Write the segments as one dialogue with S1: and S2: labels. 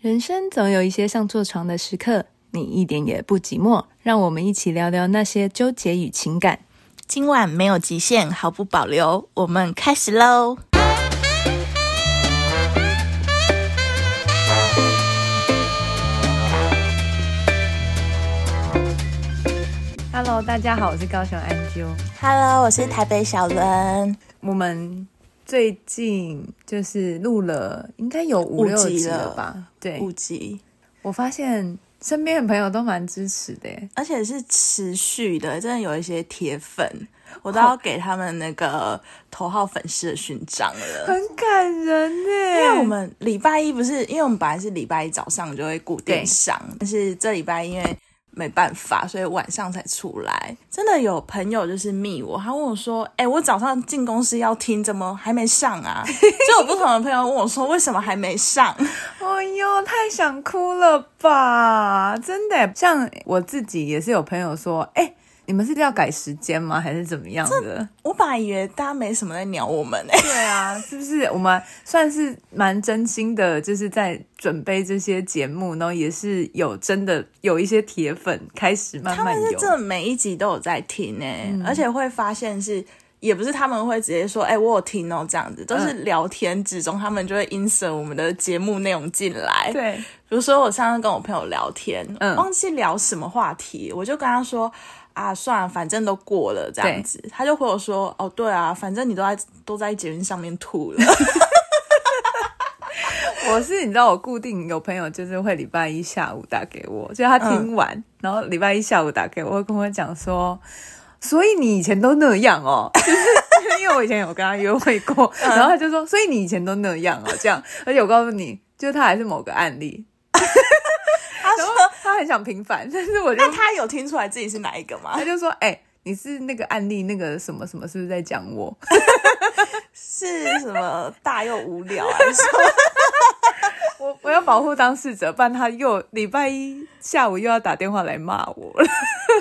S1: 人生总有一些像坐床的时刻，你一点也不寂寞。让我们一起聊聊那些纠结与情感。
S2: 今晚没有极限，毫不保留，我们开始喽！
S1: Hello，大家好，我是高雄安啾。
S2: Hello，我是台北小伦，
S1: 我们最近就是录了，应该有五
S2: 五
S1: 六
S2: 集
S1: 集了
S2: 了
S1: 吧？对，
S2: 五集，
S1: 我发现身边的朋友都蛮支持的耶。
S2: 而且是持续的，真的有一些铁粉，我都要给他们那个头号粉丝的勋章 了。
S1: 很感人呢，
S2: 因为我们礼拜一不是，因为我们本来是礼拜一早上就会固
S1: 对
S2: 定上，但是这礼拜因为没办法，所以晚上才出来。真的有朋友就是密我，他问我说：“哎、我早上进公司要听，怎么还没上啊？” 就有不同的朋友问我说：“为什么还没上？”
S1: 哎呦，太想哭了吧！真的耶，像我自己也是有朋友说，哎、你们是要改时间吗？还是怎么样的？
S2: 我本来以为大家没什么在鸟我们呢、欸
S1: 对啊，是不是我们算是蛮真心的，就是在准备这些节目，然后也是有真的有一些铁粉开始慢
S2: 他
S1: 慢
S2: 们是
S1: 有，嗯
S2: 真的每一集都有在听呢、欸而且会发现是。也不是他们会直接说，哎、我有听哦，这样子，都是
S1: 嗯
S2: 聊天之中，他们就会 insert 我们的节目内容进来。，
S1: 对，
S2: 比如说我上次跟我朋友聊天，
S1: 嗯
S2: 忘记聊什么话题，我就跟他说啊，算了，反正都过了这样子，他就回我说，哦，对啊，反正你都在都在节目上面吐了，
S1: 我是你知道，我固定有朋友就是会礼拜一下午打给我，就他听完，
S2: 嗯
S1: 然后礼拜一下午打给我，会跟我讲说，所以你以前都那样 哦，就是因为我以前有跟他约会过，
S2: 嗯
S1: 然后他就说，所以你以前都那样哦，这样，而且我告诉你，就是他还是某个案例，
S2: 他
S1: 然后
S2: 说，
S1: 他很想平反，但是我 就
S2: 那他有听出来自己是哪一个吗
S1: 他？就说，哎、你是那个案例，那个什么什么，是不是在讲我？
S2: 是什么大又无聊还是什么？
S1: 我我要保护当事者，不然他又礼拜一下午又要打电话来骂我了。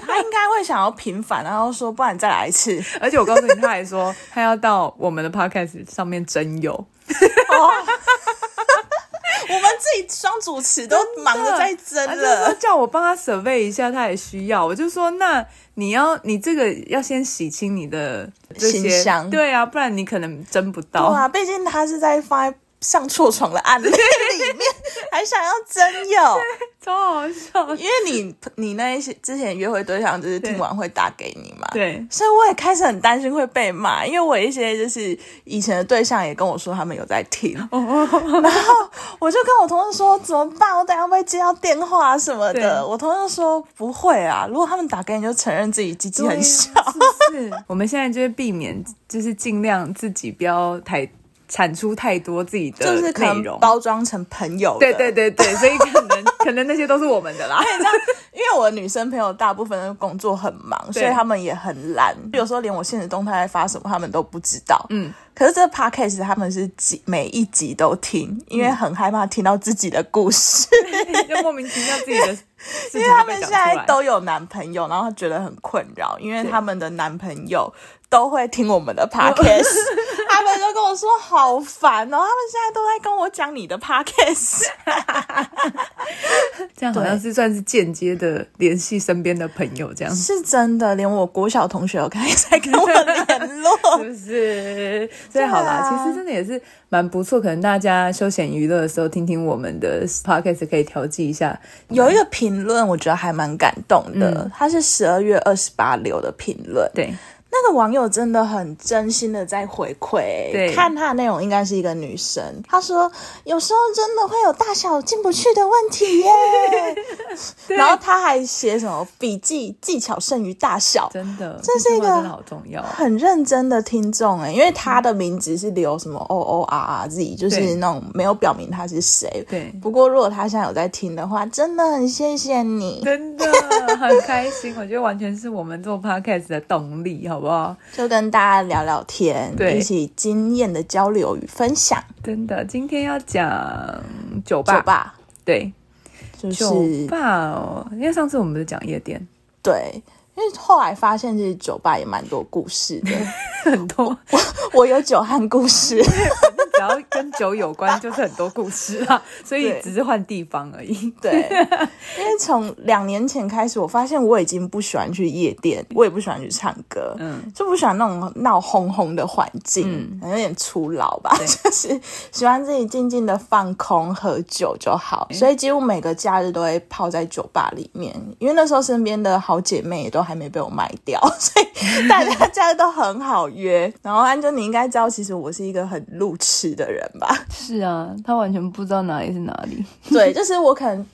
S2: 他应该会想要平反，然后说不然再来一次。
S1: 而且我告诉你，他还说他要到我们的 podcast 上面征友，
S2: 哦，我们自己双主持都忙着在争
S1: 他就说
S2: 了。
S1: 叫我帮他 survey 一下，他也需要。我就说，那你要你这个要先洗清你的这些
S2: 形，象
S1: 对啊，不然你可能争不到。
S2: 哇，毕竟他是在放在上错床的案例里 面，还想要真有。
S1: 超好笑。
S2: 因为你你那一些之前约会对象就是听完会打给你嘛，
S1: 对，
S2: 所以我也开始很担心会被骂，因为我一些就是以前的对象也跟我说他们有在听，
S1: 哦
S2: 然后我就跟我同事说怎么办，我等一下会不会接到电话什么
S1: 对
S2: 的。我同事说不会啊，如果他们打给你就承认自己鸡鸡很小，
S1: 对啊是不是？我们现在就是避免，就是尽量自己不要太产出太多自己的
S2: 就是可
S1: 啊内
S2: 能
S1: 容。
S2: 包装成朋友的，
S1: 对对对对，所以可能可能那些都是我们的啦。
S2: 因为我的女生朋友大部分的工作很忙，
S1: 对
S2: 所以他们也很懒，有时候连我现实动态在发什么他们都不知道。嗯，可是这 podcast 他们是几每一集都听，因为很害怕听到自己的故事，
S1: 就莫名其妙 自己 的事情
S2: 因为他
S1: 就被
S2: 们
S1: 讲
S2: 现
S1: 出来，
S2: 在都有男朋友，然后觉得很困扰，因为他们的男朋友都会听 我们的 podcast，他们就跟我说好烦哦，他们现在都在跟我讲你的 podcast。
S1: 这样好像是算是间接的联系身边的朋友，这样是
S2: 是真的，连我国小同学都开始在跟我联络，
S1: 不哦是？所以好啦，
S2: 对啊
S1: 其实真的也是蛮不错，可能大家休闲娱乐的时候听听我们的 podcast 可以调剂一下。
S2: 有一个评论，我觉得还蛮感动
S1: 嗯
S2: 的，他是十二月二十八留的评论。
S1: 对，
S2: 那个网友真的很真心的在回馈、
S1: 对
S2: 看他的内容应该是一个女生，她说有时候真的会有大小进不去的问 题耶，然后她还写什么笔记技巧胜于大小。
S1: 真的，
S2: 这是一个
S1: 句话真的好重要。
S2: 很认真的听众哎、因为他的名字是留什么 O O R R Z，就
S1: 嗯对
S2: 是那种没有表明他是谁。
S1: 对
S2: 不过如果他现在有在听的话，真的很谢谢你。
S1: 真的很开心，我觉得完全是我们做 podcast 的动力，好不好？
S2: 就跟大家聊聊天，
S1: 对
S2: 一起经验的交流与分享，
S1: 真的，今天要讲酒吧，
S2: 酒吧
S1: 对，
S2: 就
S1: 酒
S2: 是
S1: 吧哦，因为上次我们不是讲夜店，
S2: 对。因为后来发现，其实 酒吧也蛮多故事的。
S1: 很多
S2: 我有酒汉故事，
S1: 只要跟酒有关，就是很多故事 啦。所以
S2: 对
S1: 只是换地方而已。
S2: 对， 因为从两年前开始，我发现我已经不喜欢去夜店，我也不喜欢去唱歌，
S1: 嗯，
S2: 就不喜欢那种闹哄哄的环境，
S1: 嗯
S2: 可能有点粗老吧， 就是喜欢自己静静的放空喝酒就好。所以几乎每个假日都会泡在酒吧里面，因为那时候身边的好姐妹也都还没被我卖掉， 所以大家假日都很好约。然后安珍，你应该知道，其实我是一个很路痴的人吧？
S1: 是啊，他完全不知道哪里是哪里。
S2: 对，就是我可能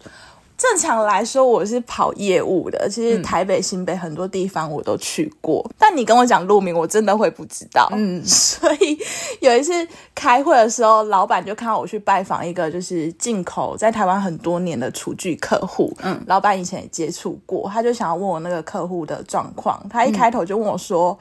S2: 正常来说我是跑业务的，其实台北、新北很多地方我都去过，但你跟我讲路名，我真的会不知道。嗯， 所以有一次开会的时候，老板就看到我去拜访一个就是进口在台湾很多年的厨具客户，嗯，老板以前也接触过，他就想要问我那个客户的状况，他一开头就问我说。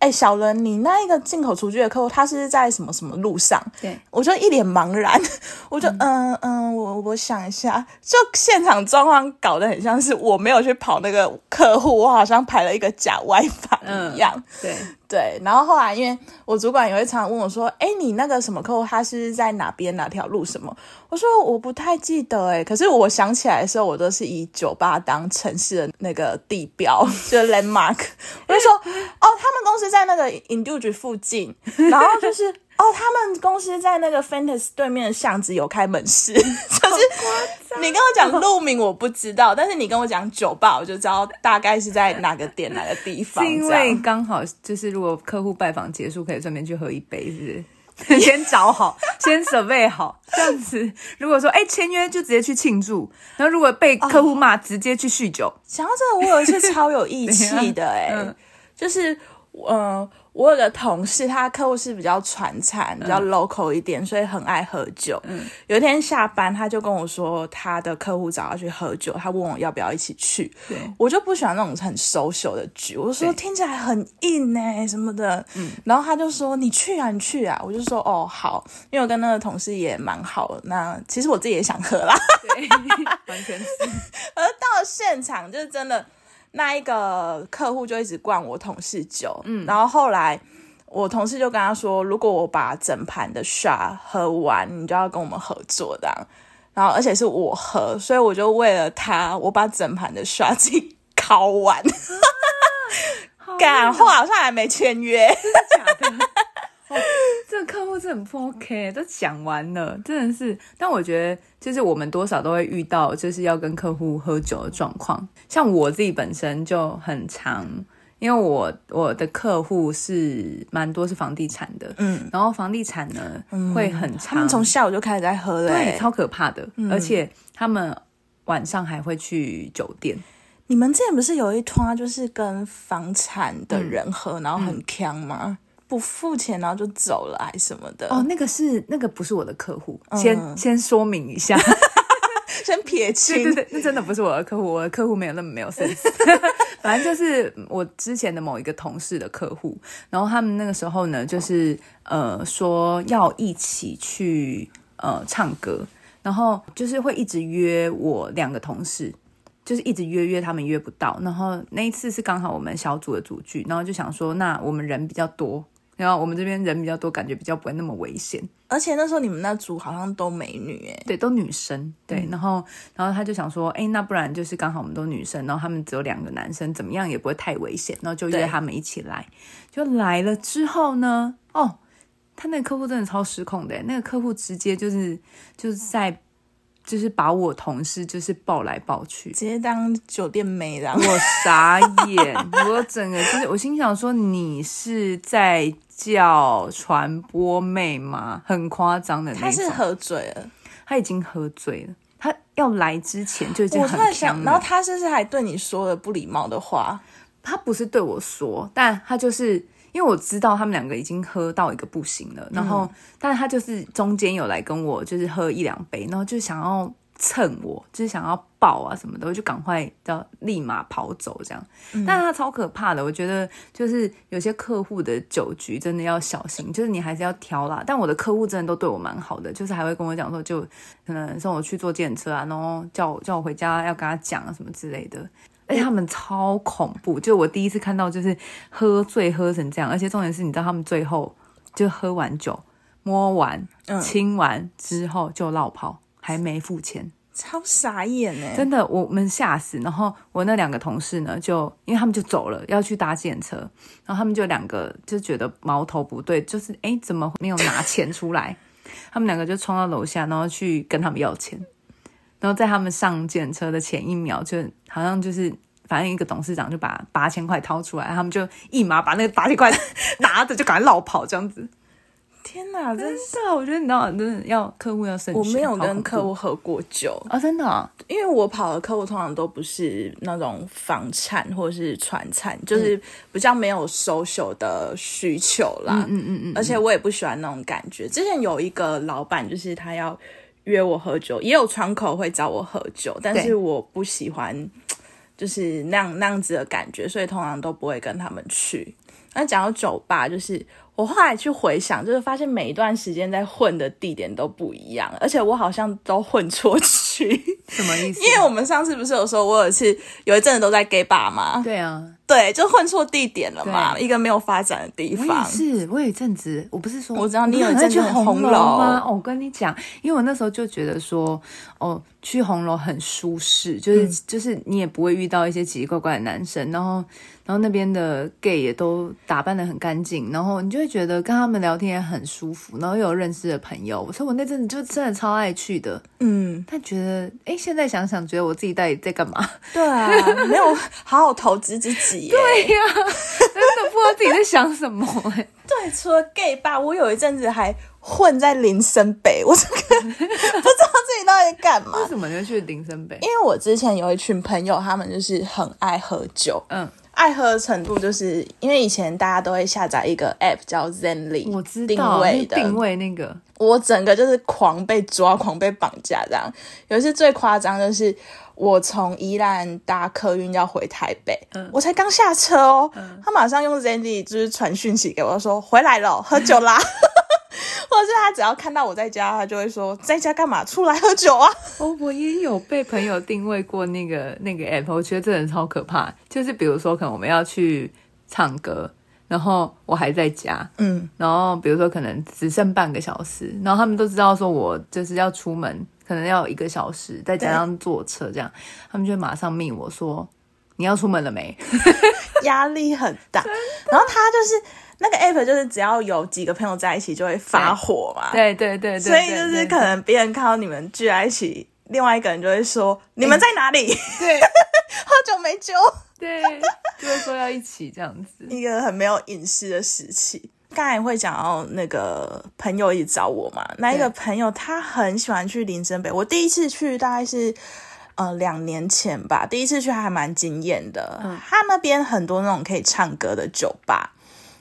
S2: 哎、小伦，你那一个进口厨具的客户，他是在什么什么路上？
S1: 对，
S2: 我就一脸茫然，我就嗯嗯，我我想一下，啊就现场状况搞得很像是我没有去跑那个客户，我好像排了一个假 WiFi
S1: 嗯
S2: 一样。
S1: 对，
S2: 对，然后后来因为我主管也会常问我说：“哎，你那个什么客户他是在哪边哪条路什么？”我说我不太记得哎、可是我想起来的时候，我都是以酒吧当城市的那个地标， 就是 landmark。我就说哦，他们公司在那个 Induge 附近，然后就是。哦，他们公司在那个 Fantasy 对面的巷子有开门市， 就是你跟我讲路名我不知道，但是你跟我讲酒吧，我就知道大概是在哪个点哪个地方。
S1: 是因
S2: 这样
S1: 为刚好就是如果客户拜访结束，可以顺便去喝一杯，是不 是？先找好，先准备好，这样子。如果说哎签约就直接去庆祝，然后如果被客户骂，直接去酗酒。
S2: 讲到这个，我有一次超有 义
S1: 啊
S2: 气的哎、
S1: 嗯
S2: 就是呃，我有个同事，他客户是比较传
S1: 嗯
S2: 产、比较 local 一点，所以很爱喝酒。有一天下班，他就跟我说，他的客户找他去喝酒，他问我要不要一起去。
S1: 对
S2: 我就不喜欢那种很 social 的局，我就说
S1: 对嗯
S2: 听起来很硬哎、什么的。然后他就说你去啊，你去啊。我就说哦好，因为我跟那个同事也蛮好的，那其实我自己也想喝啦。
S1: 对， 完全是。
S2: 而到现场就是真的，那一个客户就一直灌我同事酒，嗯，然后后来我同事就跟他说，如果我把整盘的 shot 喝完，你就要跟我们合作这样。然后而且是我喝，所以我就为了他，我把整盘的 shot 自己烤完。干，后啊来好像还没签约，
S1: 假的。 哦、这个客户真的很不 OK，都讲完了，真的是。但我觉得，就是我们多少都会遇到，就是要跟客户喝酒的状况。像我自己本身就很常，因为我我的客户是蛮多是房地产的，嗯，然后房地产呢、会很
S2: 嗯他
S1: 常
S2: 们从下午就开始在喝了、
S1: 对
S2: 欸。
S1: 超可怕的，而且他们晚上还会去酒店，
S2: 你们之前不是有一团就是跟房产的
S1: 嗯
S2: 人喝，然后很呛吗？不付钱然后就走了还什么的？
S1: 哦，，那个是那个不是我的客户，先先说明一下。
S2: 先撇
S1: 对
S2: 清
S1: 对。对，那真的不是我的客户，我的客户没有那么没有 sense。反正就是我之前的某一个同事的客户，然后他们那个时候呢，就是呃说要一起去呃唱歌，然后就是会一直约我两个同事。就是一直约约他们约不到，然后那一次是刚好我们小组的组聚，然后就想说，那我们人比较多，然后我们这边人比较多，感觉比较不会那么危险，
S2: 而且那时候你们那组好像都美女哎、
S1: 对，都女生，对，
S2: 嗯
S1: 然后然后他就想说，哎，那不然就是刚好我们都女生，然后他们只有两个男生，怎么样也不会太危险，然后就约
S2: 对
S1: 他们一起来，就来了之后呢，哦，他那个客户真的超失控的，那个客户直接就是就是在就是把我同事就是抱来抱去，
S2: 直接当酒店 妹然后
S1: 我傻眼，我整个就是，我心想说你是在叫传播妹吗？很夸张的那
S2: 他
S1: 种，
S2: 是喝醉了，
S1: 他已经喝醉了，他要来之前就已经
S2: 我
S1: 很
S2: 突然
S1: 呛
S2: 想，
S1: 了
S2: 然后他是不是还对你说了不礼貌的话？
S1: 他不是对我说，但他就是因为我知道他们两个已经喝到一个不行了，然后，但他就是中间有来跟我就是喝一两杯，然后就想要蹭我，就是想要抱啊什么的，我就赶快要立马跑走这样。但他超可怕的，我觉得就是有些客户的酒局真的要小心，就是你还是要挑啦。但我的客户真的都对我蛮好的，就是还会跟我讲说，就可能送我去坐电车啊，然后叫我叫我回家要跟他讲啊什么之类的。而哎且他们超恐怖，就我第一次看到，就是喝醉喝成这样，而且重点是，你知道他们最后就喝完酒，摸完、
S2: 嗯
S1: 亲完之后就落跑，还没付钱。
S2: 超傻眼哎、
S1: 真的，我们吓死。然后我那两个同事呢，就因为他们就走了，要去搭检车，然后他们就两个就觉得矛头不对，就是哎，诶怎么没有拿钱出来？他们两个就冲到楼下，然后去跟他们要钱。然后在他们上检车的前一秒，就好像就是反正一个董事长就把八千块掏出来，他们就一马把那个八千块 拿着就赶快绕跑，这样子。
S2: 天哪，真是
S1: 是啊，我觉得你知道，真的要客户要慎选。
S2: 我没有
S1: 好恐
S2: 跟
S1: 怖
S2: 客户喝过酒，
S1: 啊、真的啊、
S2: 因为我跑的客户通常都不是那种房产或者是船产，就是比较没有 social 的需求啦。嗯嗯嗯而且我也不喜欢那种感觉。之前有一个老板，就是他要约我喝酒，也有窗口会找我喝酒，但
S1: 对
S2: 是我不喜欢就是那样那样子的感觉，所以通常都不会跟他们去。那讲到酒吧，就是我后来去回想，就是发现每一段时间在混的地点都不一样，而且我好像都混错区。
S1: 什么意思？
S2: 因为我们上次不是有说，我有一次有一阵子都在 gay bar 嘛，
S1: 对啊，
S2: 对，就混错地点了嘛，
S1: 对
S2: 一个没有发展的地
S1: 我也
S2: 方。
S1: 是，我有一阵子，我不是说
S2: 我知道你有一
S1: 不是
S2: 阵子
S1: 去
S2: 很
S1: 红
S2: 红
S1: 楼
S2: 楼
S1: 吗？哦，我跟你讲，因为我那时候就觉得说，哦，去红楼很舒适，就是、
S2: 嗯
S1: 就是你也不会遇到一些奇奇怪怪的男生，然后然后那边的 gay 也都打扮的很干净，然后你就会觉得跟他们聊天也很舒服，然后又有认识的朋友，所以我那阵子就真的超爱去的。
S2: 嗯，
S1: 但觉得，哎，现在想想，觉得我自己到底在干嘛？
S2: 对啊，没有好好投资自己耶。
S1: 对呀、真的不知道自己在想什么、诶
S2: 对，除了 gay 吧，我有一阵子还混在林森北，我这个 不知道自己到底在干嘛
S1: 为。什么就去林森北？
S2: 因为我之前有一群朋友，他们就是很爱喝酒，
S1: 嗯，
S2: 爱喝的程度就是因为以前大家都会下载一个 app 叫 Zenly，
S1: 我知
S2: 定
S1: 道
S2: 位
S1: 那
S2: 的
S1: 定位那个，
S2: 我整个就是狂被抓、狂被绑架这样。有一次最夸张就是我从宜兰搭客运要回台北，我才刚下车哦，他马上用 Zandy 就是传讯息给我说回来了，喝酒啦。 或者是他只要看到我在家，他就会说在家干嘛？出来喝酒啊！
S1: 哦，我也有被朋友定位过那个那个 app，我觉得这人超可怕。就是比如说，可能我们要去唱歌，然后我还在家，
S2: 嗯，
S1: 然后比如说可能只剩半个小时，然后他们都知道说我就是要出门，可能要一个小时，再加上坐车这样，他们就会马上命我说你要出门了没？
S2: 压力很大。然后他就是那个 app，就是只要有几个朋友在一起就会发火 嘛。
S1: 对对对对，
S2: 所以就是
S1: 对
S2: 可能别人看到你们聚在一起，另外一个人就会说你们在哪里？
S1: 对
S2: 好久没揪，
S1: 对，就会说要一起这样子。
S2: 一个很没有隐私的时期。刚才会讲到那个朋友一直找我嘛，那一个
S1: 对
S2: 朋友他很喜欢去林森北，我第一次去大概是。呃，两年前吧，第一次去还蛮惊艳的。他那边很多那种可以唱歌的酒吧，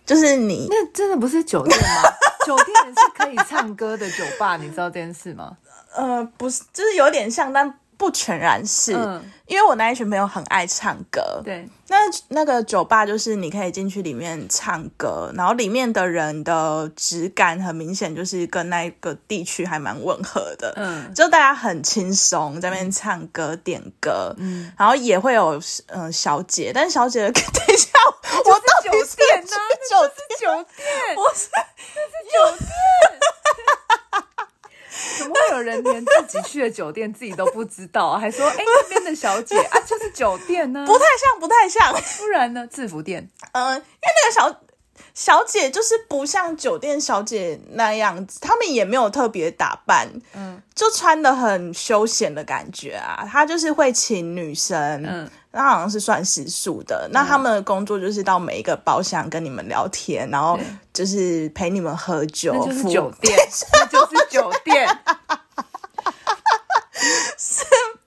S2: 就是你
S1: 那真的不是酒店 吗？酒店也是可以唱歌的酒吧，你知道这件事吗？
S2: 呃，不是，就是有点像，但不全然是。
S1: 嗯，
S2: 因为我那一群朋友很爱唱歌，
S1: 对，
S2: 那那个酒吧就是你可以进去里面唱歌，然后里面的人的质感很明显就是跟那个地区还蛮吻合的，
S1: 嗯，
S2: 就大家很轻松在那边唱歌点歌，嗯，然后也会有嗯、呃小姐，但小姐的 等一下，我到底
S1: 酒
S2: 是
S1: 店啊
S2: 去酒店，
S1: 酒店
S2: 我是
S1: 怎么会有人连自己去的酒店自己都不知道、还说哎、那边的小姐啊就是酒店呢、
S2: 不太像，不太像，
S1: 不然呢制服店
S2: 嗯，因为那个小小姐就是不像酒店小姐那样子，她们也没有特别打扮，嗯，就穿的很休闲的感觉啊。她就是会请女生，嗯
S1: 嗯，
S2: 那好像是算时数的。那他们的工作就是到每一个包厢跟你们聊天，然后就是陪你们喝酒，
S1: 那就是
S2: 哦服务
S1: 酒店，那就是酒店。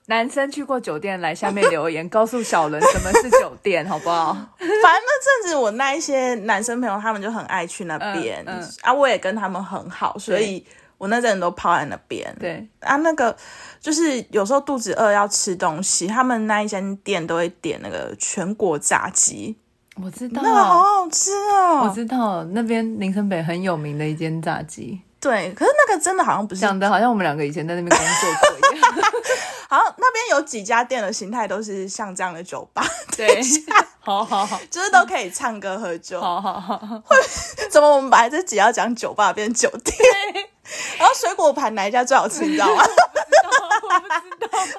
S1: 男生去过酒店来下面留言，告诉小伦什么是酒店，好不好？
S2: 反正那阵子我那一些男生朋友，他们就很爱去那边、
S1: 嗯嗯
S2: 啊，我也跟他们很好，所以我那阵子都泡在那边。
S1: 对，
S2: 啊，那个就是有时候肚子饿要吃东西，他们那一间店都会点那个全国炸鸡，
S1: 我知道，
S2: 那个好好吃
S1: 哦我
S2: 哦。
S1: 知道那边林森北很有名的一间炸鸡。
S2: 对，可是那个真的好像不是，
S1: 讲的好像我们两个以前在那边工作过 一样。
S2: 好像那边有几家店的形态都是像这样的酒吧。
S1: 对， 好好好，
S2: 就是都可以唱歌喝酒。
S1: 好好好，
S2: 怎么我们把这集要讲酒吧变酒 店？然后水果盘哪一家最好吃，你知道吗？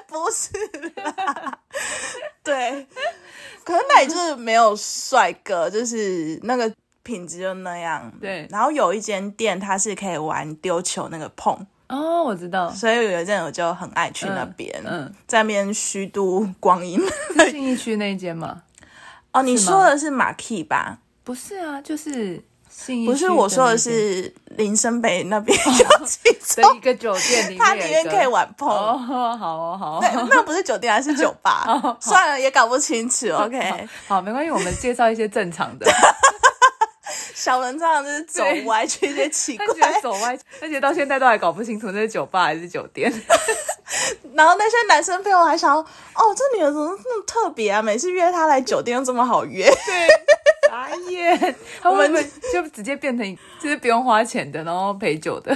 S2: 不是啦，对。可是那里就是没有帅哥，就是那个品质就那样。
S1: 对
S2: 然后有一间店，它是可以玩丢球那个碰，
S1: 哦，我知道，
S2: 所以有一阵我就很爱去那边，
S1: 嗯嗯
S2: 在那边虚度 光阴。
S1: 是信义区那一间吗？
S2: 哦，你
S1: 是吗
S2: 说的是马 key 吧？
S1: 不是啊，就是信义，
S2: 不是，我说的是林森北那
S1: 哦
S2: 边有几
S1: 的
S2: 种，
S1: 一个酒店里面有一个，
S2: 哦它里面可以玩碰。
S1: 哦，好哦，好哦。
S2: 那那不是酒店，还是酒吧。算了，也搞不清楚。OK，
S1: 好，没关系，我们介绍一些正常的。
S2: 小文这样就是走
S1: 对
S2: 歪去一些 奇
S1: 他觉得
S2: 怪，
S1: 走歪，而且到现在都还搞不清楚那是酒吧还是酒店。
S2: 然后那些男生朋友还想，哦，这女的怎么那么特别啊？每次约她来酒店又这么好约，
S1: 对，傻 眼，他
S2: 哎我们
S1: 们就直接变成就是不用花钱的，然后陪酒的，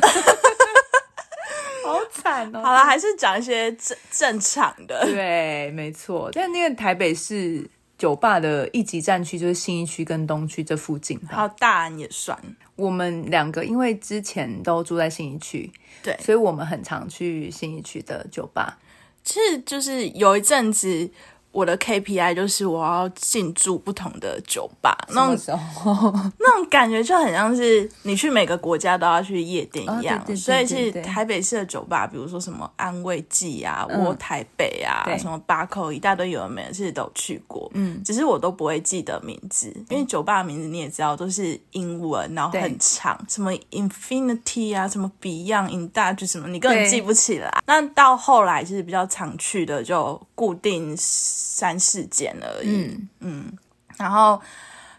S1: 好惨哦。
S2: 好啦，还是讲一些正正常的。
S1: 对，没错。但那个台北市酒吧的一级战区就是信义区跟东区这附近吧。
S2: 然后大安也算，
S1: 我们两个因为之前都住在信义区，
S2: 对
S1: 所以我们很常去信义区的酒吧。
S2: 其实就是有一阵子我的 KPI 就是我要进驻不同的酒吧，那种
S1: 时 候，
S2: 那种感觉就很像是你去每个国家都要去夜店一样，
S1: 哦对对对
S2: 所以是
S1: 对对
S2: 台北市的酒吧，比如说什么安慰剂啊、
S1: 嗯
S2: 我台北啊、
S1: 对
S2: 什么八扣一大堆有的没的，其实都有去过。嗯，只是我都不会记得名字，因为酒吧的名字你也知道都是英文，然后
S1: 对
S2: 很长，什么 Infinity 啊、什么 Beyond、In d u g e 什么，你根本
S1: 对
S2: 记不起来。那到后来其实比较常去的就固定三四间而已。
S1: 嗯，
S2: 然后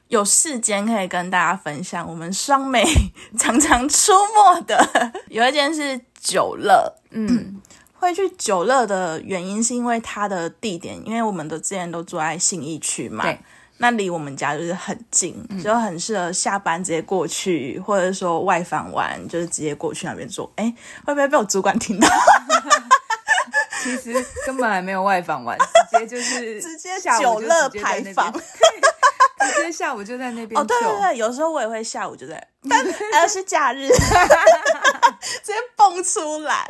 S2: 有四间可以跟大家分享，我们双美 常常出没的，有一间是九乐，嗯。会去九乐的原因是因为它的地点，因为我们都之前都住在信义区嘛
S1: 对，
S2: 那离我们家就是很近，就很适合下班直接过去，或者说外访完就是直接过去那边做。哎，会不会被我主管听到？
S1: 其实根本还没有外 访完，直接就是
S2: 直接
S1: 下午
S2: 酒
S1: 就
S2: 乐
S1: 直接在
S2: 牌
S1: 那边
S2: 坊
S1: 对直接下午就在那边
S2: 哦，对
S1: 就
S2: 对对， 有时候我也会下午就在， 但呃是假日，直接蹦出来。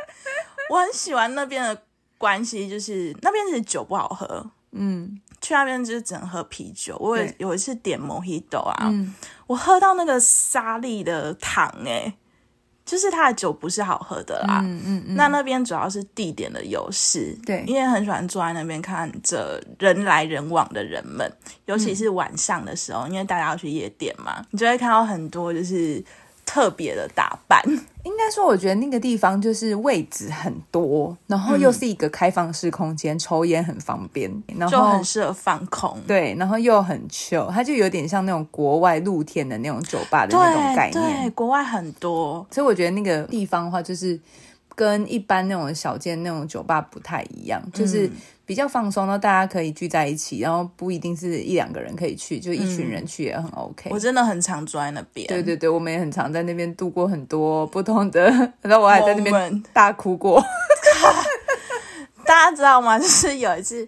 S2: 我很喜欢那边的关系，就是那边的酒不好喝，
S1: 嗯
S2: 去那边就是只能喝啤酒。我有
S1: 对
S2: 有一次点 Mojito 啊，
S1: 嗯，
S2: 我喝到那个沙粒的糖、欸，就是它的酒不是好喝的啦。
S1: 嗯嗯嗯，
S2: 那那边主要是地点的优势，
S1: 对
S2: 因为很喜欢坐在那边看着人来人往的人们，尤
S1: 嗯
S2: 其是晚上的时候，因为大家要去夜店嘛，你就会看到很多就是特别的打扮，
S1: 应该说，我觉得那个地方就是位置很多，然后
S2: 嗯
S1: 又是一个开放式空间，抽烟很方便，然
S2: 就
S1: 后
S2: 很适合放空。
S1: 哦对，然后又很 chill，它就有点像那种国外露天的那种酒吧的那种概
S2: 对对，
S1: 念。
S2: 国外很多，
S1: 所以我觉得那个地方的话，就是跟一般那种小间那种酒吧不太一样，
S2: 嗯
S1: 就是比较放松，然后大家可以聚在一起，然后不一定是一两个人可以去，就一群人去也很 OK。
S2: 嗯我真的很常坐在那边。
S1: 对对对，我们也很常在那边度过很多不同的， 然后我还在那边
S2: Moment
S1: 大哭过。
S2: 大家知道吗？ 就是有一次，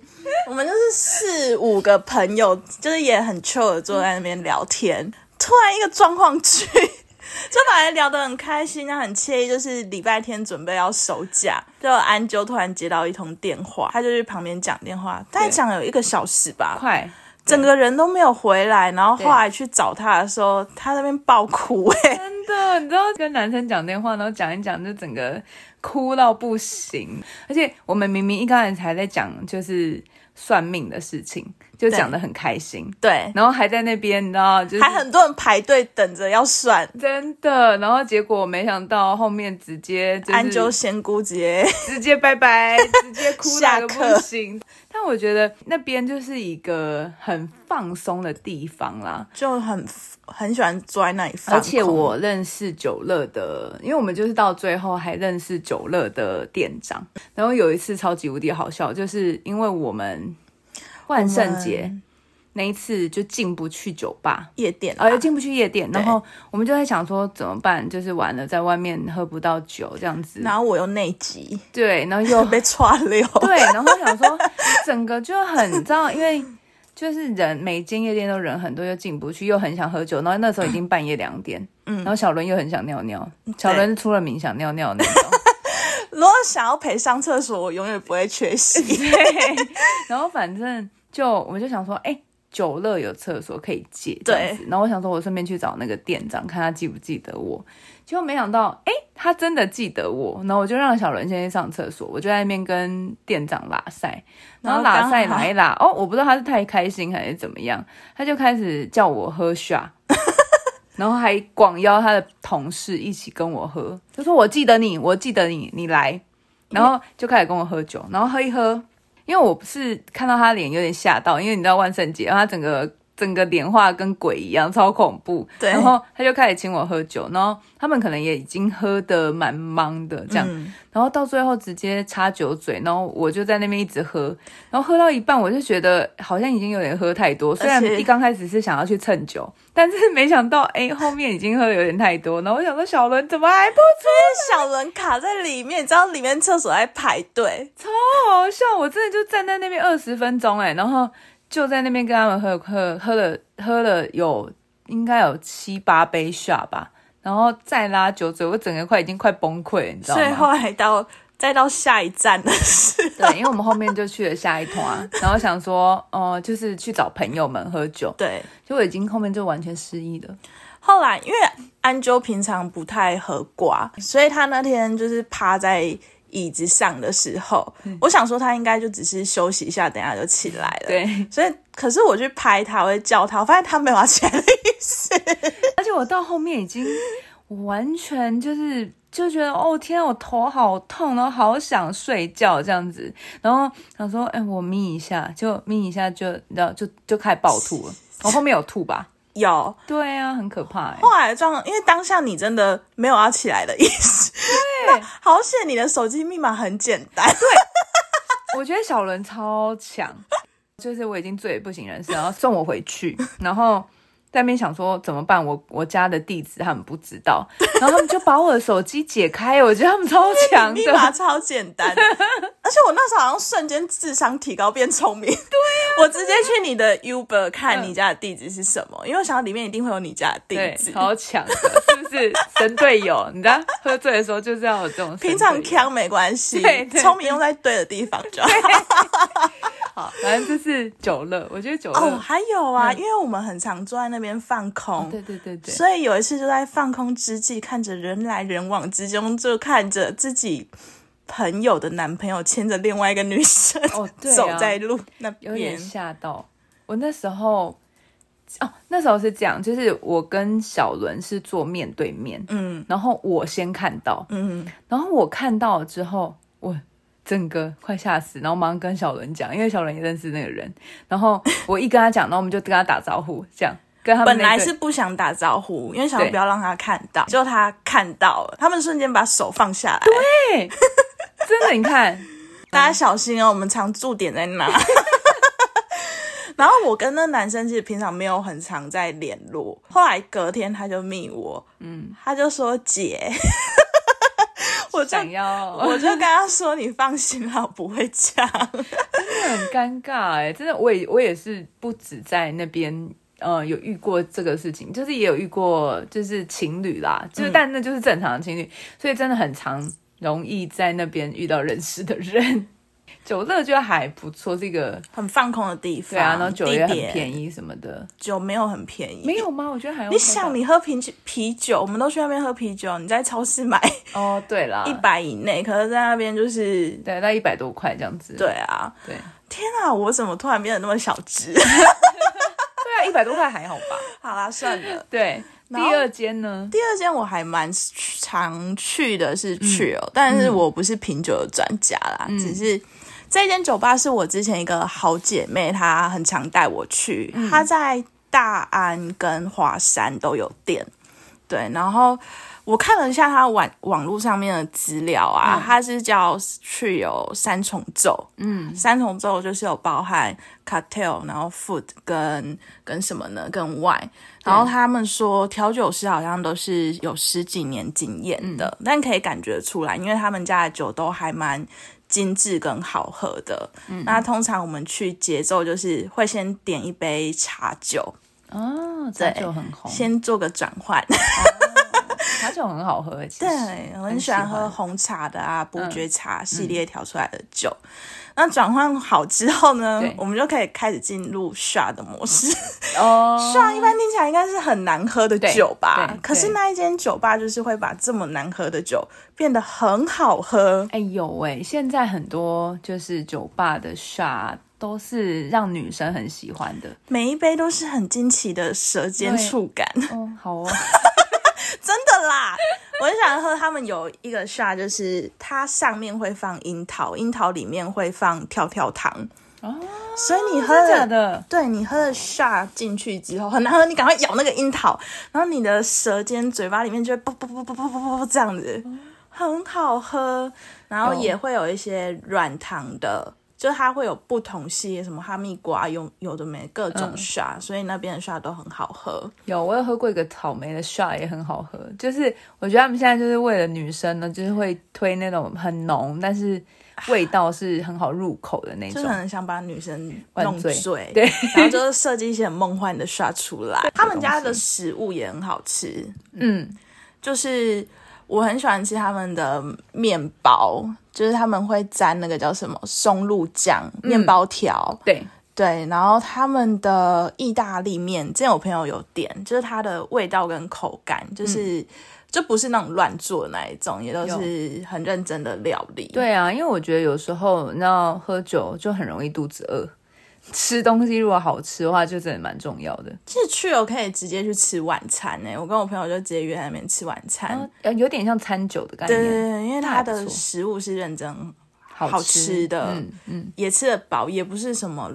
S2: 我们就是四五个朋友，就是也很 chill 的坐在那边聊天，突然一个状况剧， 就本来聊得很开心，那很惬意，就是礼拜天准备要收假，就安啾突然接到一通电话，他就去旁边讲电话，大概
S1: 对
S2: 讲了有一个小时吧，
S1: 快，
S2: 整个人都没有回来，然后后来去找他的时候，他在那边爆哭、欸，哎，
S1: 真的，你知道跟男生讲电话，然后讲一讲就整个哭到不行，而且我们明明一开始才在讲就是算命的事情，就讲得很开心，
S2: 对，
S1: 然后还在那边你知道就是
S2: 还很多人排队等着要算，
S1: 真的，然后结果没想到后面直接就是
S2: 安 啾仙姑直接。
S1: 直接拜拜， 直接哭
S2: 下
S1: 到一个不
S2: 课
S1: 行。但我觉得那边就是一个很放松的地方啦，
S2: 就很很喜欢坐在那里放空
S1: 而且我认识九乐的，因为我们就是到最后还认识九乐的店长。然后有一次超级无敌好笑，就是因为我们万圣节那一次就进不去酒吧，
S2: 夜店啊，
S1: 呃，进不去夜店，然后我们就在想说怎么办，就是完了在外面喝不到酒这样子，
S2: 然后我又内急，
S1: 对，然后又
S2: 被串流，
S1: 对，然后想说整个就很，你知道，因为。就是人每间夜店都人很多，又进不去，又很想喝酒，然后那时候已经半夜两点，嗯，然后小伦又很想尿尿，小伦出了名想尿尿的那种，
S2: 如果想要陪上厕所，我永远不会缺席。
S1: 对， 然后反正就我们就想说，哎、酒乐有厕所可以借，这样子。然后我想说，我顺便去找那个店长，看他记不记得我。结果没想到，哎、他真的记得我。然后我就让小伦先去上厕所，我就在那边跟店长拉塞，然后拉塞
S2: 然后刚好
S1: 来拉，哦，我不知道他是太开心还是怎么样，他就开始叫我喝下。然后还广邀他的同事一起跟我喝，就说我记得你，我记得你，你来。然后就开始跟我喝酒，然后喝一喝，因为我不是看到他脸有点吓到，因为你知道万圣节，然后他整个整个脸画跟鬼一样，超恐怖。
S2: 对
S1: 然后他就开始请我喝酒，然后他们可能也已经喝得蛮忙的 这样，
S2: 嗯
S1: 然后到最后直接插酒嘴，然后我就在那边一直喝，然后喝到一半我就觉得好像已经有点喝太多，虽然
S2: 而且
S1: 一刚开始是想要去蹭酒，但是没想到哎后面已经喝的有点太多，然后我想说小伦怎么还不
S2: 小伦卡在里面，你知道里面厕所在排队，
S1: 好笑！我真的就站在那边二十分钟哎、然后就在那边跟他们喝喝喝了喝了有应该有七八杯下吧，然后再拉酒嘴，我整个快已经快崩溃，你知道
S2: 所以
S1: 吗？
S2: 后来到再到下一站的 是，
S1: 对，因为我们后面就去了下一团， 然后想说，哦、就是去找朋友们喝酒，
S2: 对。
S1: 结果已经后面就完全失忆了。
S2: 后来因为安啾平常不太喝瓜，所以他那天就是趴在椅子上的时候，
S1: 嗯
S2: 我想说他应该就只是休息一下，等一下就起来了。，
S1: 对，
S2: 所以可是我去拍他，我会叫他，我发现他没有要 起来的意思。
S1: 而且我到后面已经完全就是就觉得哦天啊，我头好痛，然后好想睡觉这样子，然后想说哎、我眯一下，就眯一下就你知道就就开始爆吐了。我、后面有吐吧？
S2: 有
S1: 对啊，很可怕哎、
S2: 后来的状况，因为当下你真的没有要起来的意思。 对，好险你的手机密码很简单。
S1: 我觉得小伦超强，就是我已经醉得不省人事，然后送我回去，然后在那边想说怎么办，我我家的地址他们不知道，然后他们就把我的手机解开，我觉得他们超强
S2: 密码
S1: 的，
S2: 超 简单，而且我那时候好像瞬间智商提高变聪明。对、
S1: 啊
S2: 我直接去你的 Uber 看你家的地址是什么，因为我想到里面一定会有你家的
S1: 对
S2: 地，址。
S1: 超强的，是不是 神队友？你知道喝醉的时候就是要有这种神队友
S2: 平常强没关系
S1: 对，对
S2: 聪明用在对的地方就好。
S1: 好，反正就是酒乐，我觉得酒乐，
S2: 哦，还有啊，
S1: 嗯
S2: 因为我们很常坐在那边放空。
S1: 对对对对，
S2: 所以有一次就在放空之际，看着人来人往之中，就看着自己朋友的男朋友牵着另外一个女生、
S1: 哦对啊
S2: 走在路那
S1: 有点
S2: 边，
S1: 吓到我那时候。哦，那时候是这样，就是我跟小伦是坐面对面，
S2: 嗯
S1: 然后我先看到，
S2: 嗯，
S1: 然后我看到了之后，我整个快吓死，然后马上跟小伦讲，因为小伦也认识那个人，然后我一跟他讲，然后我们就跟他打招呼，这样跟他们
S2: 本
S1: 那
S2: 来
S1: 对
S2: 是不想打招呼，因为想
S1: 对
S2: 要不要让他看到，结果他看到了，他们瞬间把手放下来。
S1: 啊
S2: 对，
S1: 真的，你 看，
S2: 大家小心哦，我们常驻点在哪？ 然后我跟那男生其实平常没有很常在联络，后来隔天他就密我，嗯，他就说姐，我就
S1: 想要
S2: 我就跟他说你放心啦，我不会这样。
S1: 很尴尬哎、真的，我也我也是不止在那边。呃，有遇过这个事情，就是也有遇过，就是情侣啦，就是、但那就是正常的情侣，所以真的很常容易在那边遇到认识的人。 酒乐就还不错，这个
S2: 很放空的地方，
S1: 对啊，然后酒也很
S2: 地点
S1: 便宜什么的，
S2: 酒没有很便宜，
S1: 没有吗？我觉得还 OK 吧
S2: 你想，你喝啤酒啤酒，我们都去那边喝啤酒，你在超市买
S1: 哦，对啦，
S2: 一百以内，可是在那边就是，
S1: 对，那一百多块这样子，
S2: 对啊，
S1: 对，
S2: 天啊，我怎么突然变得那么小只？
S1: 对啊，一百多块还好吧？
S2: 好啦，算了。
S1: 对，第
S2: 后
S1: 二间呢？
S2: 第二间我还蛮常去的是去哦，但是我不是品酒的专家啦，只是。这间酒吧是我之前一个好姐妹，她很常带我去。她在大安跟华山都有店，对。然后我看了一下她网网络上面的资料啊，它是叫去有三重奏，嗯，三重奏就是有包含 cocktail，然后 food 跟跟什么呢？跟 wine。然后他们说调酒师好像都是嗯有十几年经验的，但可以感觉出来，因为他们家的酒都还蛮精致跟好喝的。那通常我们去节奏就是会先点一杯茶酒，
S1: 哦，茶
S2: 对
S1: 酒很红，
S2: 先做个转换。
S1: 茶酒很好喝，其实
S2: 对，我很喜欢喝红茶的啊，伯
S1: 嗯
S2: 爵茶系列调出来的酒。那转换好之后呢
S1: 对，
S2: 我们就可以开始进入 shot 的模式。
S1: 哦，
S2: shot 一般听起来应该是很难喝的
S1: 对
S2: 酒吧
S1: 对，
S2: 可是
S1: 对
S2: 那一间酒吧就是会把这么难喝的酒变得很好喝。
S1: 哎有哎，现在很多就是酒吧的 shot 都是让女生很喜欢的，
S2: 每一杯都是很惊奇的舌尖
S1: 对
S2: 触感，
S1: 哦，好 哦，
S2: 真的啦！ 我很想喝他们有一个 shot，就是它上面会放樱桃，樱桃里面会放跳跳糖，所以你喝
S1: 哦真的假
S2: 了。
S1: 的？
S2: 对你喝了 shot 进去之后很难喝，你赶快咬那个樱桃，然后你的舌尖、嘴巴里面就会啵啵啵啵啵啵啵啵这样子，很好喝。然后
S1: 有
S2: 也会有一些软糖的，就它会有不同系列，什么哈密瓜，有有的没各种
S1: 嗯
S2: shot，、所以那边的 shot 都很好喝。
S1: 有，我有喝过一个草莓的 shot，也很好喝。就是我觉得他们现在就是为了女生呢，就是会推那种很浓，但是味道是很好入口的那
S2: 就
S1: 种
S2: 是。很想把女生
S1: 灌
S2: 弄
S1: 醉
S2: 醉，
S1: 对，
S2: 然后就是设计一些很梦幻的 shot 出来。他们家的食物也很好吃，
S1: 嗯，
S2: 就是我很喜欢吃他们的面包，就是他们会沾那个叫什么松露酱、面包条，
S1: 对，
S2: 对，然后他们的意大利面，之前我朋友有点，就是它的味道跟口感，
S1: 嗯
S2: 就是、就不是那种乱做的那一种，也都是很认真的料理。，
S1: 对啊，因为我觉得有时候你知道喝酒就很容易肚子饿，吃东西如果好吃的话，就真的蛮重要的。
S2: 其实去了可以直接去吃晚餐欸呢、我跟我朋友就直接约在那边吃晚餐。
S1: 呃，有点像餐酒的概
S2: 对对
S1: 念，
S2: 对，因为
S1: 那
S2: 它
S1: 还不
S2: 的
S1: 错
S2: 食物是认真
S1: 好吃
S2: 好吃的
S1: 嗯嗯，
S2: 也吃得饱，也不是什么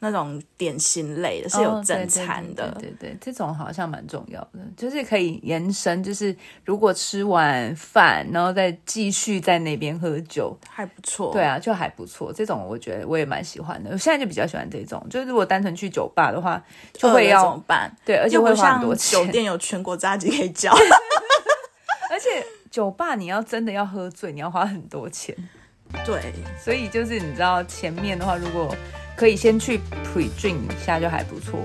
S2: 那种点心类的，是有
S1: 哦对
S2: 正
S1: 对对
S2: 餐的。
S1: 对对对，这种好像蛮重要的，就是可以延伸，就是如果吃完饭，然后再继续在那边喝酒，
S2: 还不错。
S1: 对，啊，就还不错。这种我觉得我也蛮喜欢的，我现在就比较喜欢这种。就是如果单纯去酒吧的话，就会
S2: 怎么
S1: 要
S2: 办？
S1: 对，而且
S2: 呃又
S1: 会
S2: 不
S1: 花很
S2: 像
S1: 多钱
S2: 酒，店有全国炸鸡可以叫，
S1: 而且酒吧你要真的要喝醉，你要花很多钱。
S2: 对，
S1: 所以就是你知道前面的话，如果可以先去 pre drink 一下就还不错。